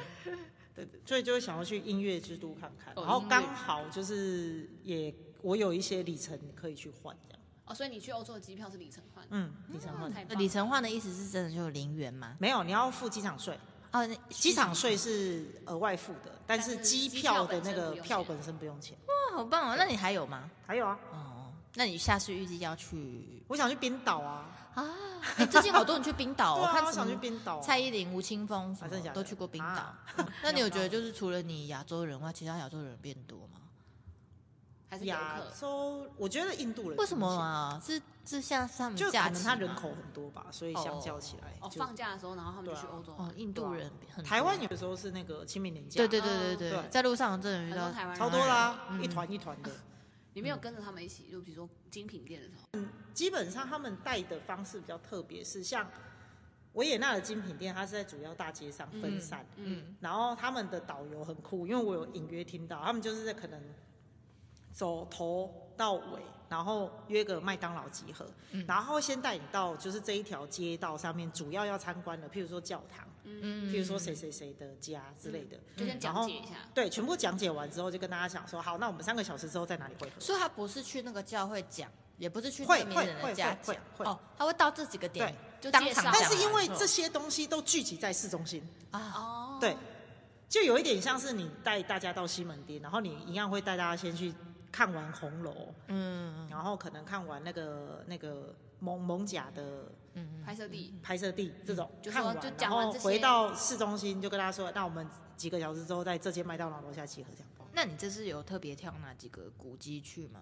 对对，所以就会想要去音乐之都看看，然后音乐刚好就是也我有一些里程可以去换这样，哦，所以你去欧洲的机票是里程换，嗯，里程换嗯太那 棒李了。承焕的意思是真的就零元吗？没有，你要付机场税，哦，那机场税是额外付的，但是但是机机票票的那本身个不用票钱本身不用钱。哇，好棒哦！那你还有吗？还有啊，哦，那你下次预计要去我想去冰岛啊，啊？你最近好多人去冰岛、哦， 对啊，看我什么想去冰岛、啊。蔡依林、吴青峰什啊真的么假的都去过冰岛、啊嗯 那你有觉得要不就是除了你亚洲人外，其他亚洲人变多吗？还是游亚客？洲，我觉得印度人为什么明显啊？是是像他们就假可期能他吗人口很多吧，所以相较起来，哦，就放假的时候，然后他们就去对啊欧洲玩。哦，印度人很台湾多有的时候是那个清明年假，对对对对嗯对，对在路上真的遇很多到台湾人超多啦、嗯哎一团一团的。你嗯没有跟着他们一起，就比如说精品店的时候，基本上他们带的方式比较特别，是像维也纳的精品店，它是在主要大街上分散，嗯，然后他们的导游很酷，因为我有隐约听到，他们就是在可能走头到尾，然后约个麦当劳集合，嗯然后先带你到就是这一条街道上面主要要参观的，譬如说教堂，嗯，譬如说谁谁谁的家之类的，嗯就先然讲后解一下。对，全部讲解完之后，就跟大家讲说，好，那我们三个小时之后在哪里汇合？所以他不是去那个教会讲，也不是去会那名人会的会家会讲，会哦，他会到这几个点对当就介场绍讲完，但是因为这哦些东西都聚集在市中心，啊，哦，对，就有一点像是你带大家到西门町，然后你一样会带大家先去看完红楼，嗯，然后可能看完那个那个蒙蒙甲的嗯嗯拍摄地，拍摄地这种，就说看完就然讲完后这些回到市中心就跟大家说，那我们几个小时之后在这间麦当劳楼下集合这样。那你这次有特别挑哪几个古迹去吗？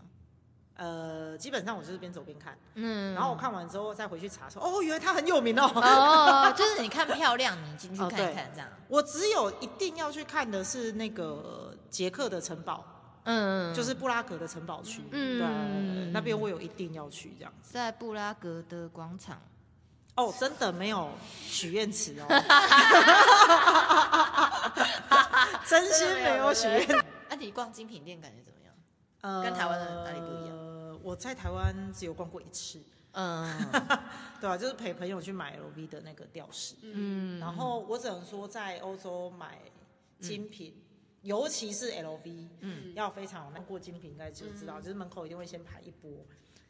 呃，基本上我就是边走边看，嗯然后我看完之后再回去查说，哦，原来它很有名哦。嗯哦，就是你看漂亮，你进去哦看一对看这样， 我只有一定要去看的是那个捷克的城堡，嗯，就是布拉格的城堡区，嗯对，那边我有一定要去这样子。在布拉格的广场。哦，真的没有许愿池 哦，真心没有许愿。那、啊你逛精品店感觉怎么样？呃跟台湾的哪里不一样？我在台湾只有逛过一次，嗯对啊，就是陪朋友去买 LV 的那个吊饰，嗯，嗯，然后我只能说在欧洲买精品，嗯尤其是 LV，嗯要非常有看过精品，应该就知道，就是门口一定会先排一波，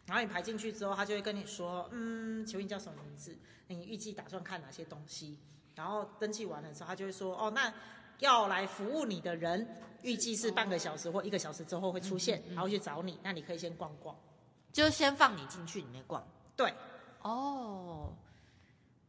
然后你排进去之后，他就会跟你说，嗯，请问你叫什么名字？你预计打算看哪些东西？然后登记完了之后，他就会说，哦，那要来服务你的人预计是半个小时或一个小时之后会出现，然后去找你，那你可以先逛逛。就先放你进去里面逛。对，哦，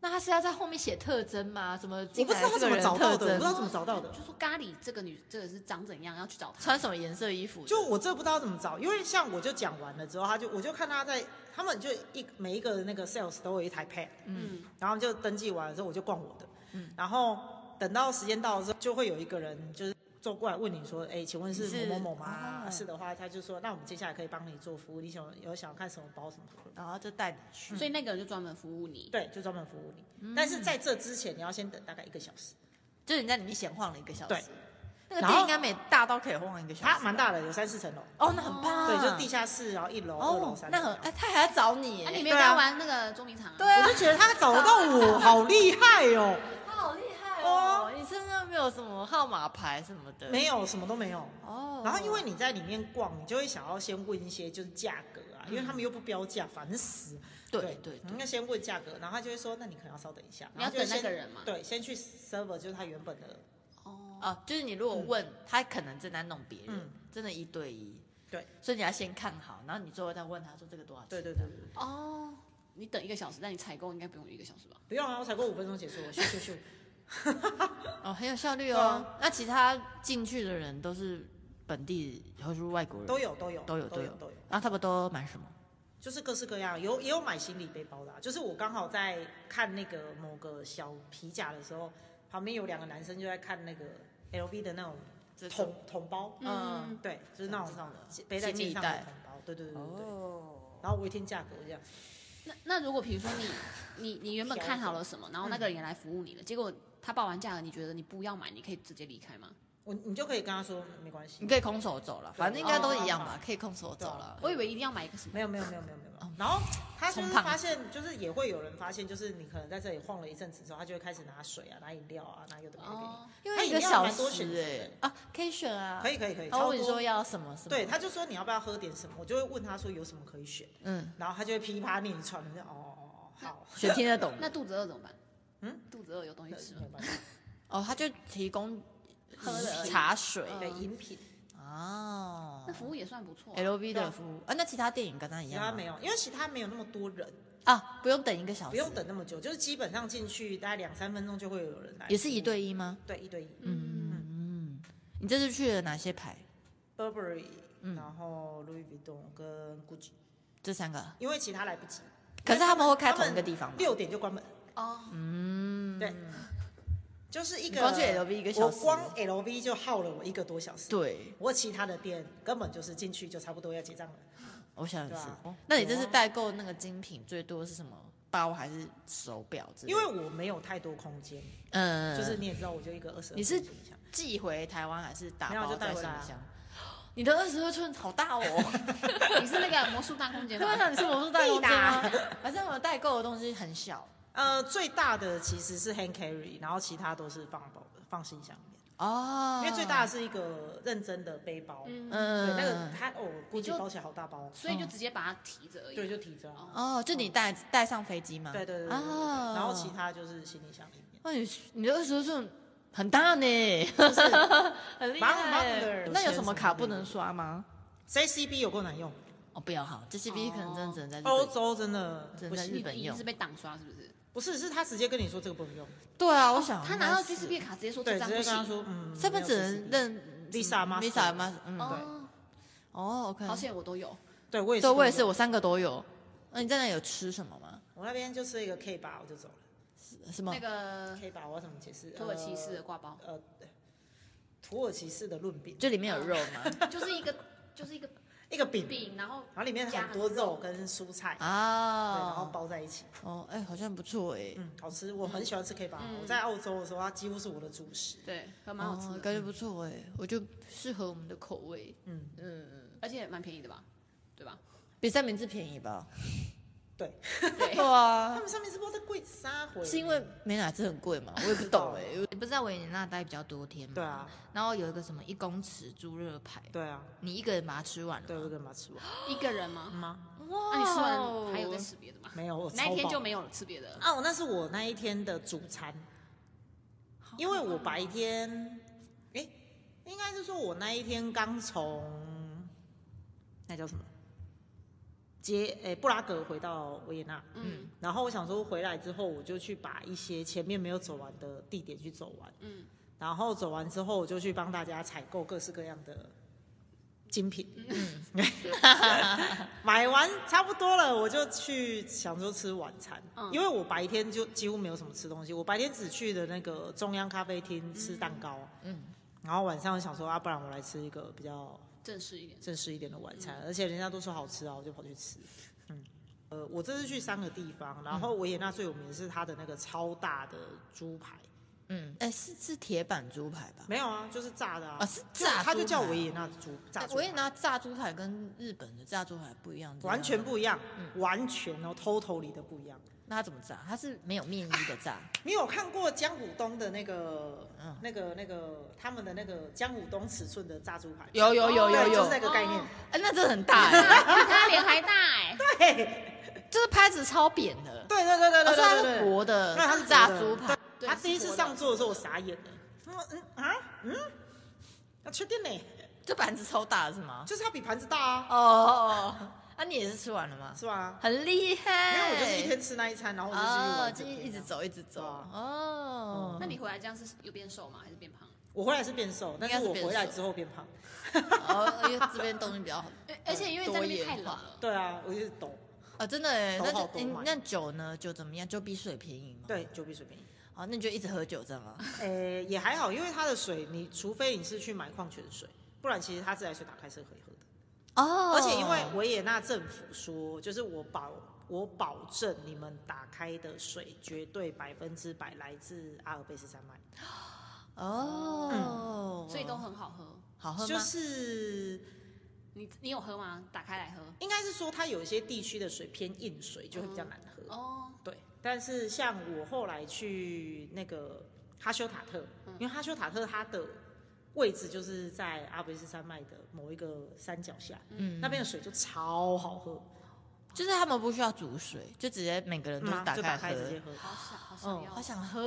那他是要在后面写特征吗？什么我进不来知道他的这个怎么人找到的，我不特知道征？怎么找到的。就说咖喱这个女这个是长怎样，要去找她。穿什么颜色衣服的？就我这不知道怎么找，因为像我就讲完了之后，他就我就看他在他们就一每一个那个 sales 都有一台 pad，嗯，然后就登记完了之后我就逛我的，嗯然后等到时间到了之后，就会有一个人就是走过来问你说，哎、请问是是某某某吗？哦是的话，他就说，那我们接下来可以帮你做服务，你想有想要看什么包什么的，然后就带你去。所以那个人就专门服务你。嗯对，就专门服务你。嗯但是在这之前，你要先等大概一个小时，就是你在里面闲晃了一个小时对。那个然店后应该没大到可以晃一个小时吧。它蛮大的，有三四层楼，哦，那很棒啊。对，就是地下室，然后一楼、二楼、哦三，楼那。很哎，他还要找你那你哎。没有对跟啊他玩那个捉迷藏啊？对啊我，就觉得他找到我好厉害 哦，他好厉害哦！你身上没有什么号码牌什么的？没有什么都没有，哦。然后因为你在里面逛，你就会想要先问一些就是价格啊，因为他们又不标价，烦死。对嗯对应对，该先问价格，然后他就会说，那你可能要稍等一下，你要然后就等那先个人嘛对，先去 server 就是他原本的，哦，哦，就是你如果问他，可能正在弄别人嗯，真的一对一。对，所以你要先看好，然后你最后再问他说这个多少钱。对对对，对哦，你等一个小时，但你采购应该不用一个小时吧？不用啊，我才过五分钟结束，咻咻咻，哦，很有效率对哦啊。那其他进去的人都是本地或是外国人，都有都有都有都都有都有，然后他们都买什么？就是各式各样，有也有买行李背包的啊、就是我刚好在看那个某个小皮夹的时候，旁边有两个男生就在看那个 LV 的那种这种桶桶包，嗯嗯，对，就是那这种种的背在行肩李上的袋桶包，对对对对对。哦，然后我一听价格这样，那那如果比如说你你你原本看好了什么，然后那个人也来服务你了，结果他报完价格，你觉得你不要买，你可以直接离开吗？我你就可以跟他说没关系你，可以空手走了，反正应该都一样吧，可以空手走对啊了。我以为一定要买一个什么，没有没有没有没有没哦有。然后他就是冲胖发现，就是也会有人发现，就是你可能在这里晃了一阵子之后，他就会开始拿水啊、拿饮料啊、拿有的没的给你。哦，因它为饮一个料小蛮多选时择哎啊，可以选啊，可以可以可以，他超问你说多。要什么什么？对，他就说你要不要喝点什么，我就会问他说有什么可以选，嗯，然后他就会噼啪念一串，我就哦哦哦好，选听得懂那肚子饿怎么办？嗯，肚子饿有东西那吃吗没？办法，哦，他就提供喝的而已茶水嗯对饮品，哦。那服务也算不错、啊。 L V 的服务啊，那其他电影跟它一其样他吗没有，因为其他没有那么多人，啊，不用等一个小时，不用等那么久，就是基本上进去大概两三分钟就会有人来。也是一，对一吗？对一对一。嗯，嗯，你这次去了哪些牌？ Burberry，、嗯然后 Louis Vuitton 跟 Gucci，这三个，因为其他来不及。可是他们会开他同们一个地方吗？六点就关门，哦，嗯，对就是一你个光去 LV 一个小时我光 LV 就耗了我一个多小时。对，我其他的店根本就是进去就差不多要结账了，我想对是啊。哦那你这次有啊代购那个精品最多是什么？包还是手表之类因的？为我没有太多空间，嗯，就是你也知道，我就一个二十。你是寄回台湾还是打没有包就带在回行来啊李箱？你的二十二寸好大哦！你是那个魔术大空间对啊， 吧？你是魔术代购屁啦吗？还是我们代购的东西很小呃最大的其实是 hand carry，然后其他都是放包放行李箱里面，哦？因为最大的是一个认真的背包，嗯对嗯，那个它哦，估计你就包起来好大包哦，所以就直接把它提着而已。对，就提着啊。哦，哦，就你带带上飞机吗？对对对对对对哦然后其他就是行李箱里面，那你你的二十二寸很大呢，就是 很厉忙忙害的。那有什么卡不能刷吗？ JCB 有够难用，哦，不要好，这些 B 可能真的只能在日本欧洲真的真的不日行，本你用你是被挡刷是不是？不是是他直接跟你说这个不能用，对啊，我想他拿到应该是 GCP 卡直接说对，直这张接不跟他行。说嗯，这边没有只能 JCB 认 Visa Visa Master Master，嗯，哦，哦，OK，好险我都有。对我也是这对，么用，我也是，我三个都有。那你在那有吃什么吗？我那边就吃了一个 K 吧，我就走了什么那？个，K 吧我要怎么解释？土耳其式的呃挂包，呃，土耳其式的论饼，就里面有肉吗？ 就是一个就是一个一个饼，嗯饼，然后然后里面很多肉跟蔬菜，对，然后啊，包在一起，哦，哎，好像不错哎，嗯，好吃，我很喜欢吃 K 吧嗯我在澳洲的时候，它几乎是我的主食，对，还蛮好哦吃，的，感觉不错哎，我就适合我们的口味，嗯，嗯嗯，而且蛮便宜的吧？对吧？比三明治便宜吧？对对，啊他，们上面是不知道在贵啥回，是因为美乃滋很贵嘛？我也不懂哎，你不是在维也纳待比较多天吗？对。啊，然后有一个什么一公尺猪热排，对啊，你一个人把它吃完了对，我吗？跟妈吃完 一个人吗？吗？哇哦那你吃完还有在吃别的吗？没有，我那一超天饱就没有吃别的了。哦，那是我那一天的主餐，因为我白天，哎、应该是说我那一天刚从那叫什么捷诶、布拉格回到维也纳，嗯然后我想说回来之后，我就去把一些前面没有走完的地点去走完，嗯，然后走完之后，我就去帮大家采购各式各样的精品。嗯买完差不多了，我就去想说吃晚餐，嗯因为我白天就几乎没有什么吃东西，我白天只去的那个中央咖啡厅吃蛋糕，嗯然后晚上想说啊，不然我来吃一个比较正式一点。正式一点的晚餐，嗯而且人家都说好吃啊，我就跑去吃。嗯，呃，我这次去三个地方，然嗯后维也纳最有名的是它的那个超大的猪排，嗯，哎，是是铁板猪排吧？没有啊，就是炸的啊，啊，是就炸猪排，它就叫维也纳猪炸哎猪排，维也纳炸猪排跟日本的炸猪排不一样，完全不。不一样，嗯完全哦，totally 的不一样。那它怎么炸？它是没有面衣的炸，你有看过江虎东的那个、嗯那个、那个他们的那个江虎东尺寸的炸猪排？有有有有对有，就是那哎、个概念。哦那真的很大、比哎，他脸还大哎！对对就是拍子超扁的，对对对哦对所以它对是对对。薄的，对它是薄的炸猪排， 对他第一是次活的上桌的时候，我傻眼了。嗯嗯啊嗯，要确定呢？这盘子超大的是吗？就是它比盘子大啊，哦哦，哦啊，你也是吃完了吗？是吧？很厉害，因为我就是一天吃那一餐，然后我就继续哦，玩就这个。一直走一直走，对啊嗯哦，那你回来这样是有变瘦吗？还是变胖？我回来是变瘦，但应是该是我变回来瘦之后变胖。哦，因为这边东西比较好，呃而且因为在那边太冷多了，对啊，我就是抖。哦，真的哎，头那好就多你嘛那酒呢？酒怎么样？就比水便宜吗？，对，酒比水便宜。哦，那你就一直喝酒这样啊吗？呃，也还好，因为它的水，你除非你是去买矿泉水，不然其实它自来水打开是可以喝的。哦，而且因为维也纳政府说，就是我保我保证你们打开的水绝对百分之百来自阿尔卑斯山脉，嗯哦，所以都很好喝。好喝吗？就是你你有喝吗？打开来喝。应该是说它有一些地区的水偏硬水就会比较难喝。哦，对，但是像我后来去那个哈修塔特，嗯因为哈修塔特它的位置就是在阿尔卑斯山脉的某一个山脚下，嗯那边的水就超好喝，就是他们不需要煮水，就直接每个人都嗯打就开打喝开。直接喝。好想好哦想，要，好想喝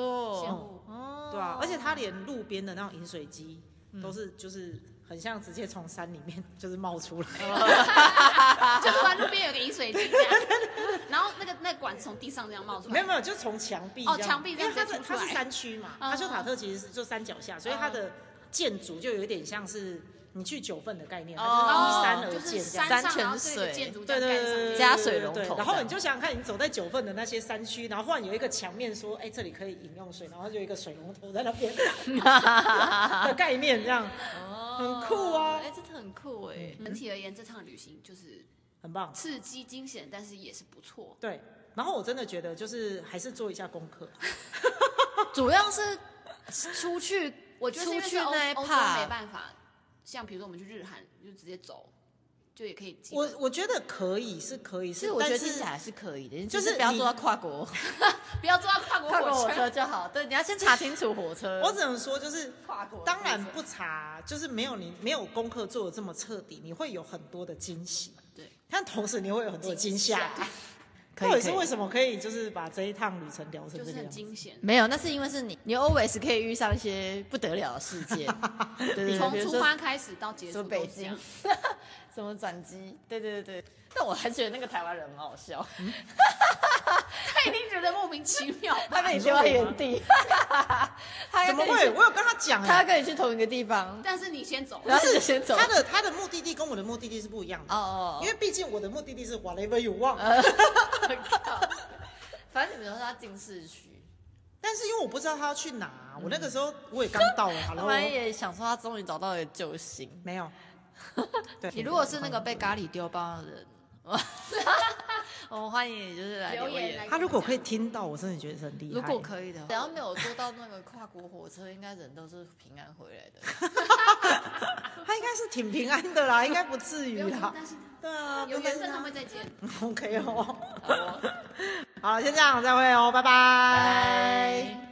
哦。羡哦慕。啊嗯对啊，而且它连路边的那种饮水机都是就是很像直接从山里面 就是冒出来，呃 就突然路边有个饮水机这样，然后那个那个管子从地上这样冒出来，没有没有，就从墙壁这样哦墙壁这因为样它直是接它冲出来哦是山区嘛，嗯阿修塔特其实是就山脚下，所以它的建筑就有点像是你去九份的概念，它就是依山哦，而就是建这山样。上山泉然后这个水建筑这对对对样盖上对去对，加水龙头对这样然后你就想想看，你走在九份的那些山区，然后忽然有一个墙面说，哎，这里可以饮用水，然后就有一个水龙头在那边 的概念，这样哦很酷 啊哎，真的很酷哎、整体而言，这趟旅行就是很棒。刺激惊险，但是也是不错。对，然后我真的觉得就是还是做一下功课，主要是出去，我觉得是因出为去在欧那一欧洲没 part，办法，像比如说我们去日韩就直接走，就也可以基本。我我觉得可以是可以其是，实我觉得但听起是来是可以的，你就就是是不要你坐到跨国不要坐到跨国跨国火火 车就好。对，你要先查清楚火 车。我只能说就是跨国当然不查，就是没有你没有功课做的这么彻底，你会有很多的惊喜。对，但同时你会有很多的惊吓。 可以到底是可以为什么可以就是把这一趟旅程聊成就这是个很样子？惊险。没有，那是因为是你，你 always 可以遇上一些不得了的事 件，对对对，从比如出说发开始到结什么束都北是这样京， 什么转机，对对对对。但我还觉得那个台湾人很好笑， 他一定觉得莫名其 妙吧。 他被你丢在原地， 他怎要 么跟你会？去，我有跟他讲他要哎、跟你去同一个地方，但是你先走，然后你就先走。他的他的目的地跟我的目的地是不一样的，哦呃哦，因为毕竟我的目的地是 whatever you want，、为 反正你们都说要进市区，但是因为我不知道他要去哪、我那个时候我也刚到 了，然他后嗯们也想说他终于找到了救星。没有。对你如果是那个被咖喱丢包的 人，我们欢迎你，就是来留留言言来。他如果可以听到，我真的觉得是很厉如害。果可以的 只话，要没有坐到那个跨国火车，应该人都是平安回来的。他应该是挺平安 的啦，应该不至不于用啦。担心，对啊，有不担缘心分啊他会再见。 OK 哦。好哦好，先这样，再会哦，拜拜。拜。